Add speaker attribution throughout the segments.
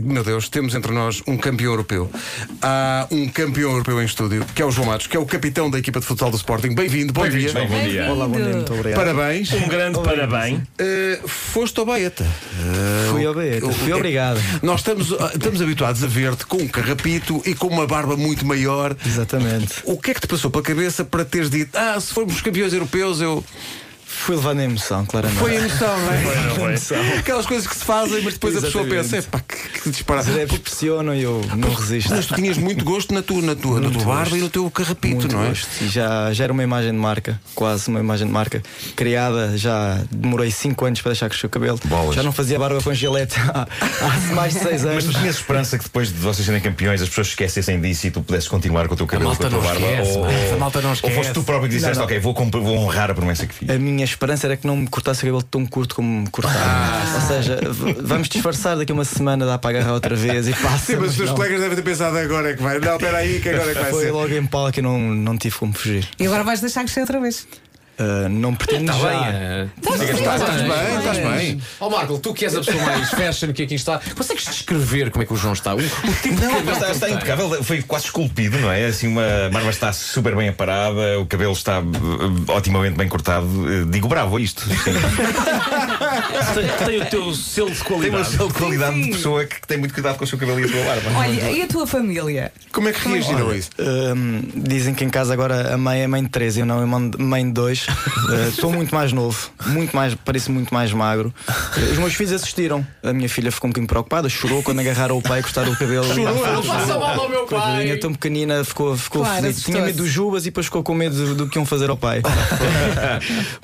Speaker 1: meu Deus, temos entre nós um campeão europeu. Há um campeão europeu em estúdio, que é o João Matos, que é o capitão da equipa de futsal do Sporting. Bem-vindo, bom dia.
Speaker 2: João. Bom dia.
Speaker 3: Olá, bom dia, muito obrigado.
Speaker 1: Parabéns.
Speaker 2: Um grande parabéns.
Speaker 1: Uh, foste ao Baeta. Eh,
Speaker 3: Fui ao Baeta, fui obrigado.
Speaker 1: Nós estamos, uh, estamos habituados a ver-te com um carrapito e com uma barba muito maior.
Speaker 3: Exatamente.
Speaker 1: O que é que te passou pela cabeça para teres dito, ah, se formos campeões europeus, eu.
Speaker 3: Fui levar na emoção, claramente.
Speaker 1: Foi emoção, não é?
Speaker 2: Não foi?
Speaker 1: Aquelas coisas que se fazem, mas depois a pessoa
Speaker 3: Exatamente. é
Speaker 1: pensa, pá, que, que
Speaker 3: Os
Speaker 1: disparate.
Speaker 3: adeptos pressionam e eu não resisto.
Speaker 1: Mas tu tinhas muito gosto na tua, na tua, na tua
Speaker 3: Muito
Speaker 1: barba
Speaker 3: gosto.
Speaker 1: e no teu carrapito,
Speaker 3: Muito
Speaker 1: não é?
Speaker 3: gosto. E já, já era uma imagem de marca, quase uma imagem de marca criada. Já demorei 5 anos para deixar crescer o cabelo.
Speaker 4: Bolas.
Speaker 3: Já não fazia barba com gilete há, há mais de 6
Speaker 4: Mas tu
Speaker 3: anos.
Speaker 4: tinhas esperança que depois de vocês serem campeões as pessoas esquecessem disso e tu pudesses continuar com o teu cabelo,
Speaker 5: malta
Speaker 4: com a tua
Speaker 5: não
Speaker 4: barba?
Speaker 5: esquece,
Speaker 4: ou,
Speaker 5: mas a malta não
Speaker 4: ou
Speaker 5: esquece.
Speaker 4: foste tu próprio que disseste, ok, vou, compre- vou honrar a promessa que fiz.
Speaker 3: A minha esperança era que não me cortasse o cabelo tão curto como me cortaram.
Speaker 1: Ah,
Speaker 3: Ou seja, v- vamos disfarçar daqui a uma semana, dá para agarrar outra vez e passa.
Speaker 1: Sim, mas os
Speaker 3: mas
Speaker 1: teus
Speaker 3: não.
Speaker 1: colegas devem ter pensado agora é que vai. Não, espera aí, que agora é que vai
Speaker 3: Foi
Speaker 1: ser.
Speaker 3: logo em palco e não, não tive como fugir.
Speaker 6: E agora vais deixar crescer outra vez.
Speaker 3: Ah, não pretendo
Speaker 1: Tá
Speaker 5: Está
Speaker 3: já.
Speaker 1: é.
Speaker 5: bem.
Speaker 1: Estás, estás bem, estás bem.
Speaker 5: Ó Marco, tu que és a pessoa mais fashion que aqui está, consegues descrever como é que o João está? O, o tipo de
Speaker 4: Não,
Speaker 5: cabelo
Speaker 4: mas está,
Speaker 5: que
Speaker 4: está
Speaker 5: tem.
Speaker 4: impecável, foi quase esculpido, não é? Assim, uma a barba está super bem aparada, o cabelo está eh, otimamente bem cortado. Eh, Digo bravo a isto.
Speaker 2: Tem, tem o teu selo de
Speaker 4: Tem uma
Speaker 2: qualidade.
Speaker 4: sua qualidade
Speaker 6: Sim.
Speaker 4: de pessoa que tem muito cuidado com o seu cabelo e a sua barba.
Speaker 6: Olha, e a tua família?
Speaker 1: Como é que reagiram a isso?
Speaker 3: Hum, dizem que em casa agora a mãe é mãe de 13, eu não, eu mando- mãe de 2. Estou muito mais novo, muito mais, pareço muito mais magro. Eh, os meus filhos assistiram. A minha filha ficou um bocadinho preocupada, chorou quando agarraram o pai e cortaram o cabelo.
Speaker 5: Não faça mal ao meu
Speaker 3: A
Speaker 5: pai.
Speaker 3: minha tão pequenina ficou, ficou
Speaker 6: Claro,
Speaker 3: feliz. Tinha medo
Speaker 6: assustou-se.
Speaker 3: dos jubas e depois ficou com medo do- do que iam fazer ao pai.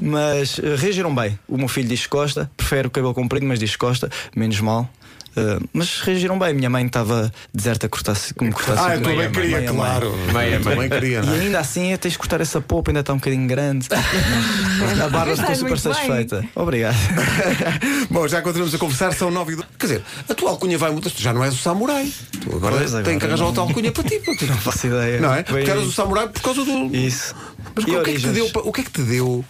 Speaker 3: mas eh, reagiram bem. O meu filho diz que gosta, prefere o cabelo comprido, mas diz que gosta, menos mal. Eh, mas reagiram bem. Minha mãe estava deserta a cortar-se como cortasse
Speaker 1: Ah,
Speaker 3: o
Speaker 1: eu
Speaker 3: cabelo.
Speaker 1: também queria,
Speaker 3: assim, Meia mãe.
Speaker 1: claro.
Speaker 5: Meia
Speaker 1: Eu também queria,
Speaker 3: E
Speaker 1: não é?
Speaker 3: ainda assim tens de cortar essa polpa, ainda está um bocadinho grande. A barba ficou
Speaker 6: Estás
Speaker 3: super
Speaker 6: muito bem.
Speaker 3: satisfeita. Obrigado.
Speaker 1: Bom, já continuamos a conversar, são 9 e 2. Quer dizer, a tua alcunha vai mudar, tu já não és o samurai. Tu agora,
Speaker 3: Pois, agora
Speaker 1: tem que arranjar
Speaker 3: não-
Speaker 1: outra alcunha para ti. porque-
Speaker 3: Não faço ideia.
Speaker 1: Não é?
Speaker 3: Bem,
Speaker 1: Porque eras o samurai por causa do.
Speaker 3: Isso.
Speaker 1: Mas
Speaker 3: E
Speaker 1: o que, é que te
Speaker 3: origens?
Speaker 1: deu, pa- o que é que te deu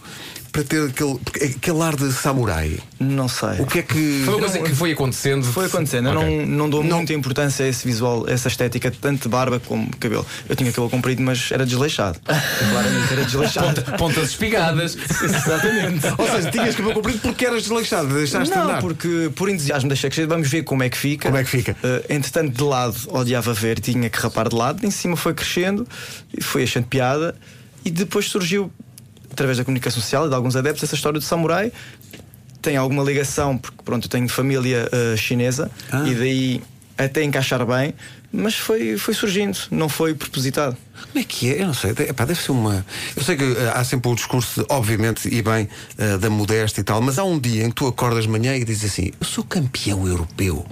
Speaker 1: para ter aquele, porque- aquele ar de samurai?
Speaker 3: Não sei.
Speaker 1: O que é que.
Speaker 5: Foi uma coisa que foi acontecendo.
Speaker 3: Foi acontecendo, eu
Speaker 5: Ok.
Speaker 3: não, não dou muita importância a esse visual, a essa estética, tanto de barba como de cabelo. Eu tinha cabelo comprido, mas era desleixado. Claramente era desleixado.
Speaker 5: Pontas espigadas.
Speaker 3: Exatamente.
Speaker 1: Ou seja, tinhas cabelo comprido porque eras desleixado, deixaste de
Speaker 3: Não,
Speaker 1: andar.
Speaker 3: porque por entusiasmo deixei crescer, vamos ver como é que fica.
Speaker 1: Como é que fica?
Speaker 3: Eh, entretanto, de lado odiava ver, tinha que rapar de lado, em cima foi crescendo, e foi achando piada, e depois surgiu, através da comunicação social e de alguns adeptos, essa história do samurai. Tem alguma ligação, porque pronto, eu tenho família eh, chinesa,
Speaker 1: Ah.
Speaker 3: e daí até encaixar bem, mas foi, foi surgindo, não foi propositado.
Speaker 1: Como é que é? Eu não sei. De- epá, deve ser uma. Eu sei que eh, há sempre o discurso, de, obviamente, e bem, eh, da modéstia e tal, mas há um dia em que tu acordas de manhã e dizes assim: Eu sou campeão europeu.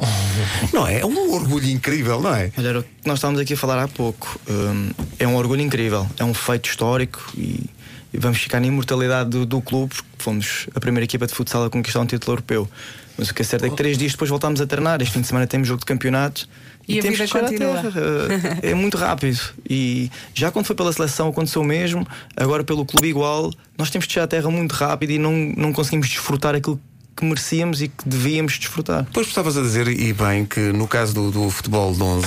Speaker 1: não é? É um orgulho incrível, não é?
Speaker 3: Olha, era o que nós estávamos aqui a falar há pouco. Hum, é um orgulho incrível, é um feito histórico e, e vamos ficar na imortalidade do, do clube, porque fomos a primeira equipa de futsal a conquistar um título europeu. Mas o que é certo é que três dias depois voltámos a treinar. Este fim de semana temos jogo de campeonatos
Speaker 6: E a
Speaker 3: temos
Speaker 6: vida
Speaker 3: que chegar à
Speaker 6: continua.
Speaker 3: terra. Uh, é muito rápido. E já quando foi pela seleção aconteceu o mesmo, agora pelo clube igual, nós temos de chegar à terra muito rápido e não, não conseguimos desfrutar aquilo que merecíamos e que devíamos desfrutar.
Speaker 1: Depois estavas a dizer, e bem, que no caso do, do futebol de 11,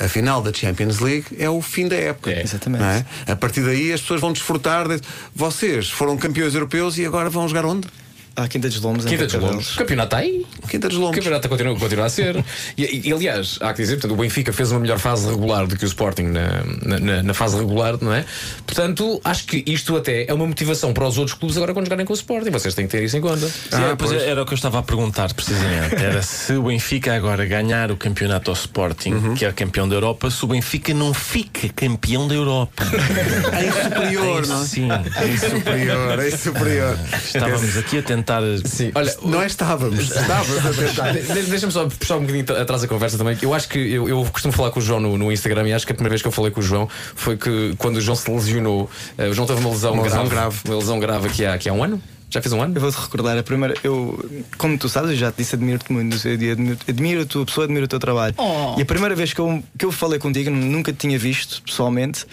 Speaker 1: a, a final da Champions League é o fim da época.
Speaker 5: É.
Speaker 3: Exatamente.
Speaker 1: não é? A partir daí as pessoas vão desfrutar. De... Vocês foram campeões europeus e agora vão jogar onde?
Speaker 3: À Quinta dos Lombos, em
Speaker 5: Quinta dos
Speaker 3: Carcavelos.
Speaker 5: Lombos. O campeonato está aí.
Speaker 1: Quinta dos
Speaker 5: O
Speaker 1: Lombos.
Speaker 5: campeonato continua, continua a ser. E, e, aliás, há que dizer, portanto, o Benfica fez uma melhor fase regular do que o Sporting na, na- na- na fase regular, não é? Portanto, acho que isto até é uma motivação para os outros clubes agora quando jogarem com o Sporting. Vocês têm que ter isso em conta.
Speaker 2: Sim,
Speaker 1: Ah,
Speaker 2: pois
Speaker 1: pois.
Speaker 2: era o que eu estava a perguntar precisamente. Era se o Benfica agora ganhar o campeonato ao Sporting, que é campeão da Europa, se o Benfica não fica campeão da Europa.
Speaker 1: Em superior, não é?
Speaker 2: Sim,
Speaker 1: Em superior, em superior.
Speaker 2: estávamos aqui a tentar.
Speaker 5: Sim, olha,
Speaker 1: Não é estávamos, estávamos a tentar.
Speaker 5: tá, De- de- Deixa-me só puxar um bocadinho tra- atrás a conversa também. que Eu acho que eu, eu costumo falar com o João no, no Instagram e acho que a primeira vez que eu falei com o João foi que quando o João se lesionou, eh, o João teve uma lesão,
Speaker 1: Uma lesão
Speaker 5: grave,
Speaker 1: grave.
Speaker 5: Uma lesão grave aqui há, aqui há um ano? Já fez um ano?
Speaker 3: Eu vou-te recordar a primeira. Eu, como tu sabes, eu já te disse, admiro-te muito. eu Admiro, admiro a tua
Speaker 5: Oh.
Speaker 3: pessoa, admiro o teu trabalho. E a primeira vez que eu, que eu falei contigo, nunca te tinha visto pessoalmente,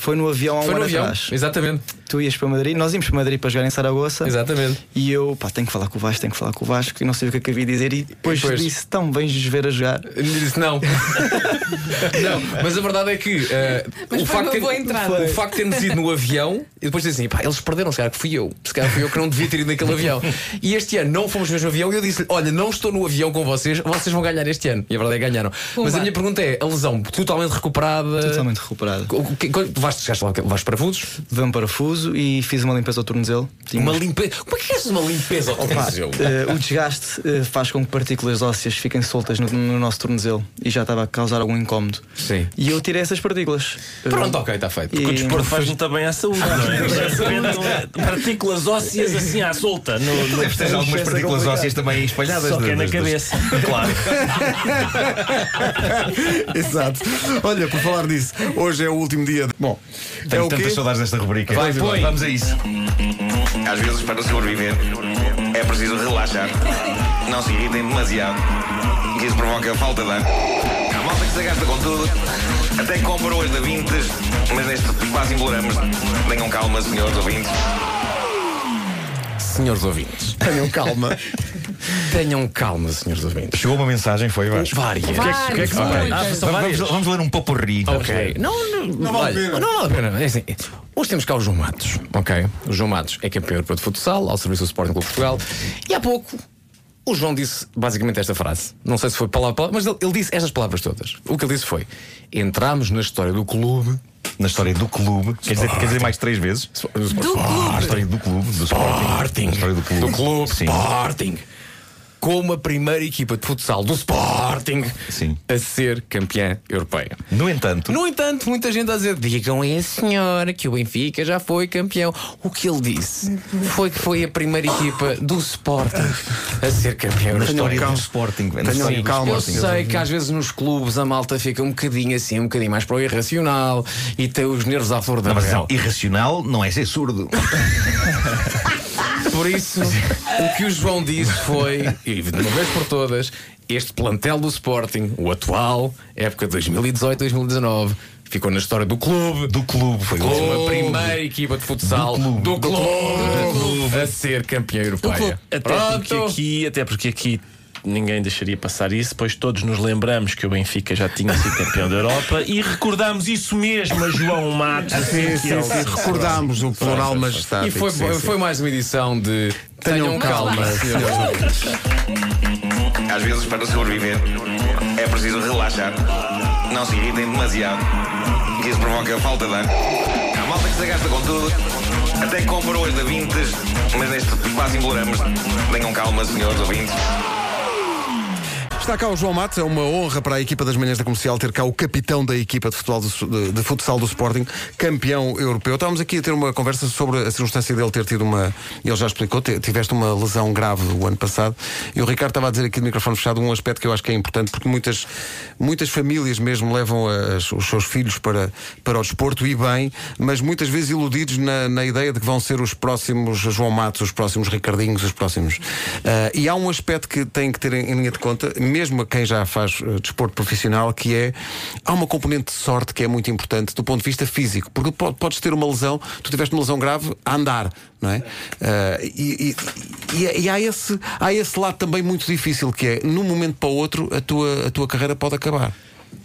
Speaker 3: Foi no avião há um
Speaker 5: Foi no
Speaker 3: ano
Speaker 5: avião.
Speaker 3: atrás.
Speaker 5: Exatamente.
Speaker 3: Tu ias para Madrid, nós íamos para Madrid para jogar em Saragoça.
Speaker 5: Exatamente.
Speaker 3: E eu, pá, tenho que falar com o Vasco, tenho que falar com o Vasco, e não sei o que é que havia de dizer. E depois,
Speaker 5: Pois. Eh,
Speaker 3: disse: Então, vens ver a jogar.
Speaker 5: Lhe disse não. não, mas a verdade é que eh,
Speaker 6: Mas
Speaker 5: o,
Speaker 6: foi
Speaker 5: facto
Speaker 6: uma
Speaker 5: de-
Speaker 6: boa entrada.
Speaker 5: o facto de termos ido no avião e depois dizer assim, pá, eles perderam, se calhar que fui eu. Se calhar fui eu que não devia ter ido naquele avião. E este ano não fomos no mesmo avião e eu disse-lhe, olha, não estou no avião com vocês, vocês vão ganhar este ano. E a verdade é que ganharam. Mas a minha pergunta é: a lesão totalmente recuperada?
Speaker 3: Totalmente recuperado.
Speaker 5: O- o que- quando- Vais, chegaste lá, vais para fusos?
Speaker 3: Dei um parafuso e fiz uma limpeza ao tornozelo. Tinha um
Speaker 5: Uma
Speaker 3: uns-
Speaker 5: limpeza. Como é que fazes uma limpeza ao tornozelo?
Speaker 3: Eh, o desgaste eh, faz com que partículas ósseas fiquem soltas no, no nosso tornozelo e já estava a causar algum incómodo.
Speaker 5: Sim.
Speaker 3: E eu tirei essas partículas.
Speaker 5: Pronto,
Speaker 3: Eh,
Speaker 5: ok, está feito.
Speaker 3: E-
Speaker 2: O desporto faz muito bem à saúde, não é? De repente, Partículas ósseas assim à solta. No, no-
Speaker 4: Deve ter algumas partículas ósseas também espalhadas.
Speaker 2: Só que é
Speaker 4: de-
Speaker 2: na
Speaker 4: das- das-
Speaker 2: cabeça. Claro.
Speaker 1: Exato. Olha, por falar disso, hoje é o último dia. de- Bom, é
Speaker 4: Tenho
Speaker 1: o quê?
Speaker 4: tantas saudades desta rubrica.
Speaker 5: Vai, põe.
Speaker 4: Vamos a isso. Às vezes, para sobreviver, é preciso relaxar. Não se irritem demasiado. Isso provoca falta de ar. A malta que se gasta com tudo. Até compra hoje da Vintes, mas neste quase embolamos. Tenham calma, senhores ouvintes.
Speaker 5: Senhores ouvintes,
Speaker 1: Tenham calma.
Speaker 5: tenham calma, senhores ouvintes.
Speaker 4: Chegou uma mensagem, foi, Vasco?
Speaker 5: Várias.
Speaker 6: Vários,
Speaker 5: é
Speaker 6: muitas.
Speaker 4: vamos ler um poporri.
Speaker 5: Ok. Não, não, não
Speaker 1: vale a
Speaker 5: olha,
Speaker 1: pena.
Speaker 5: Não vale a pena. É assim, hoje temos cá o João Matos. Ok. O João Matos é campeão europeu de futsal, ao serviço do Sporting Clube de Portugal. E há pouco. O João disse basicamente esta frase. Não sei se foi palavra, a palavra mas ele, ele disse estas palavras todas. O que ele disse foi: Entramos na história do clube.
Speaker 4: Na história do clube. Quer dizer, quer dizer mais três vezes?
Speaker 5: Do
Speaker 4: Ah, a história do clube. Do
Speaker 5: Sporting.
Speaker 4: A história do clube.
Speaker 5: Do clube
Speaker 4: Sim.
Speaker 5: Sporting. Como a primeira equipa de futsal do Sporting
Speaker 4: Sim.
Speaker 5: a ser campeã europeia.
Speaker 4: No entanto,
Speaker 5: No entanto, muita gente a dizer: digam a esse senhor que o Benfica já foi campeão. O que ele disse foi que foi a primeira equipa do Sporting a ser campeão.
Speaker 4: na história
Speaker 1: calma.
Speaker 4: do Sporting. na
Speaker 1: Tenham
Speaker 4: história do
Speaker 1: calma.
Speaker 5: Eu
Speaker 4: Sporting.
Speaker 5: sei que às vezes nos clubes a malta fica um bocadinho assim, um bocadinho mais para o irracional e tem os nervos à flor da
Speaker 4: Não, é mas
Speaker 5: pele.
Speaker 4: atenção, irracional não é ser surdo.
Speaker 5: Por isso,
Speaker 1: é.
Speaker 5: o que o João disse foi, e de uma vez por todas, este plantel do Sporting, o atual, época 2018-2019, ficou na história do clube.
Speaker 4: Do clube. Oh. Foi
Speaker 5: Como
Speaker 4: o
Speaker 5: a primeira equipa de futsal do clube, a ser campeã europeia.
Speaker 2: Até porque,
Speaker 5: Pronto.
Speaker 2: aqui, até porque aqui ninguém deixaria passar isso, pois todos nos lembramos que o Benfica já tinha sido campeão da Europa e recordamos isso mesmo a João Matos.
Speaker 1: Sim,
Speaker 2: assim, que
Speaker 1: sim,
Speaker 2: ele-
Speaker 1: sim. Recordámos o plural
Speaker 5: E
Speaker 1: majestático.
Speaker 5: foi,
Speaker 1: sim, sim.
Speaker 5: foi mais uma edição de
Speaker 1: Tenham calma,
Speaker 5: senhores.
Speaker 7: Às vezes, para sobreviver, é preciso relaxar. Não se irritem demasiado, que isso provoca falta de ar. Há malta que se gasta com tudo, até compra hoje da Vintes, mas neste quase embolamos. Tenham calma, senhores ouvintes.
Speaker 1: Está cá o João Matos, é uma honra para a equipa das manhãs da comercial ter cá o capitão da equipa de, futebol do- de- de futsal do Sporting, campeão europeu. Estávamos aqui a ter uma conversa sobre a circunstância dele ter tido uma. Ele já explicou, te- tiveste uma lesão grave o ano passado. E o Ricardo estava a dizer aqui de microfone fechado um aspecto que eu acho que é importante, porque muitas, muitas famílias mesmo levam as- os seus filhos para, para o desporto e bem, mas muitas vezes iludidos na, na ideia de que vão ser os próximos João Matos, os próximos Ricardinhos, os próximos. Ah, e há um aspecto que tem que ter em, em linha de conta, mesmo a quem já faz eh, desporto profissional, que é há uma componente de sorte que é muito importante do ponto de vista físico, porque po- podes ter uma lesão, tu tiveste uma lesão grave a andar, não é? Ah, e e- e- e há, esse, há esse lado também muito difícil que é, num momento para o outro, a tua, a tua carreira pode acabar.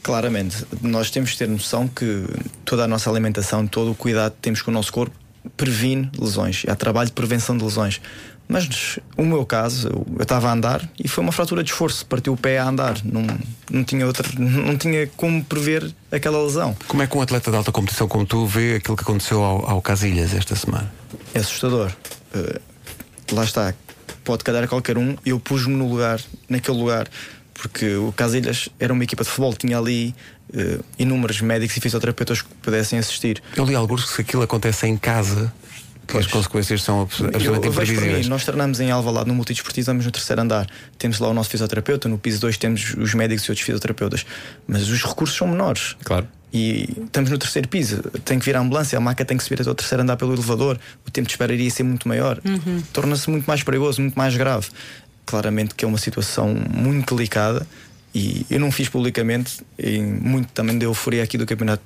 Speaker 3: Claramente, nós temos de ter noção que toda a nossa alimentação, todo o cuidado que temos com o nosso corpo previne lesões. Há trabalho de prevenção de lesões. Mas o meu caso, eu eu estava a andar e foi uma fratura de esforço, partiu o pé a andar, não, não tinha outra, não tinha como prever aquela lesão.
Speaker 1: Como é que um atleta de alta competição como tu vê aquilo que aconteceu ao, ao Casilhas esta semana?
Speaker 3: É assustador. Eh, lá está, pode calhar a qualquer um. Eu pus-me no lugar, naquele lugar, porque o Casilhas era uma equipa de futebol, tinha ali eh, inúmeros médicos e fisioterapeutas que pudessem assistir.
Speaker 1: Eu li alguns que se aquilo acontece em casa, que as
Speaker 3: Pois.
Speaker 1: consequências são abs-
Speaker 3: Eu-
Speaker 1: absolutamente
Speaker 3: eu vejo por é?
Speaker 1: imprevisíveis.
Speaker 3: mim, nós treinamos em Alvalade no multidesportivo, estamos no terceiro andar. Temos lá o nosso fisioterapeuta, no piso 2 temos os médicos e outros fisioterapeutas. Mas os recursos são menores.
Speaker 5: Claro.
Speaker 3: E estamos no terceiro piso, tem que vir a ambulância, a maca tem que subir até o terceiro andar pelo elevador, o tempo de espera iria ser muito maior. Torna-se muito mais perigoso, muito mais grave. Claramente que é uma situação muito delicada E eu não fiz publicamente, e muito também da euforia aqui do campeonato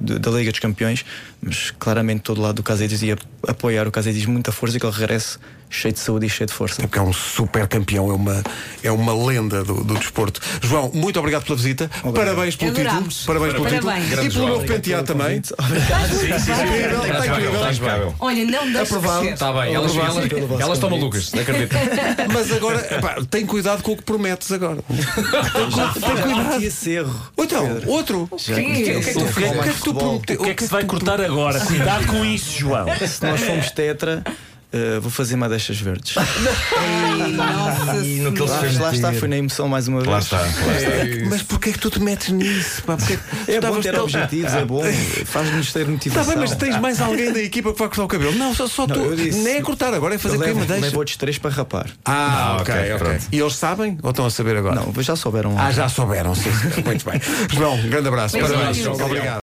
Speaker 3: da, da- da Liga dos Campeões, mas claramente todo lado do Casetes ia apoiar o Casetes muita força e que ele regresse cheio de saúde e cheio de força.
Speaker 1: Porque é um super campeão, é uma, é uma lenda do, do desporto. João, muito obrigado pela visita. Parabéns pelo título.
Speaker 6: Adorámos.
Speaker 1: Parabéns pelo título.
Speaker 6: Parabéns.
Speaker 1: E
Speaker 5: Grande
Speaker 1: pelo
Speaker 5: João,
Speaker 1: novo penteado também. Incrível,
Speaker 5: Está
Speaker 4: é
Speaker 1: está
Speaker 4: um
Speaker 1: incrível.
Speaker 5: incrível, está incrível.
Speaker 6: Olha, não deixe
Speaker 1: Aprovado.
Speaker 6: de ser.
Speaker 5: Está Tá bem, elas,
Speaker 1: Obrigado
Speaker 5: elas,
Speaker 1: pelo vosso
Speaker 5: elas estão
Speaker 1: convite.
Speaker 5: malucas, acredito.
Speaker 1: Mas agora, pá, tem cuidado com o que prometes agora. tem cuidado.
Speaker 3: Esse erro.
Speaker 1: Ou Então, outro.
Speaker 6: Sim.
Speaker 1: O que é que tu
Speaker 3: Futebol.
Speaker 1: prometeu?
Speaker 2: O que é que se vai cortar agora? Cuidado com isso, João.
Speaker 3: Se nós formos tetra, eh, vou fazer uma destas verdes.
Speaker 6: Nossa
Speaker 5: no que ele
Speaker 3: Lá, lá está, foi na emoção mais uma vez.
Speaker 1: Mas porquê é que tu te metes nisso? Pá? Porquê é que tu
Speaker 3: É bom
Speaker 1: estavas
Speaker 3: ter
Speaker 1: tão-
Speaker 3: objetivos, é bom, faz-nos ter
Speaker 1: Está
Speaker 3: motivação.
Speaker 1: Tá bem, mas tens mais alguém da equipa que vai cortar o cabelo? Não, só, só
Speaker 3: Não,
Speaker 1: tu.
Speaker 3: eu disse-
Speaker 1: Nem é cortar agora, é fazer
Speaker 3: Eu
Speaker 1: crema,
Speaker 3: levo,
Speaker 1: deixa.
Speaker 3: levo outros três para rapar.
Speaker 1: Ah,
Speaker 5: Ah,
Speaker 1: ok,
Speaker 5: ok,
Speaker 1: ok.
Speaker 5: pronto.
Speaker 1: E eles sabem ou estão a saber agora?
Speaker 3: Não, já souberam.
Speaker 1: Ah, já souberam, sim. senhor. Muito bem. João, grande abraço.
Speaker 6: Beijinhos.
Speaker 1: Parabéns.
Speaker 6: Beijinhos.
Speaker 1: Obrigado.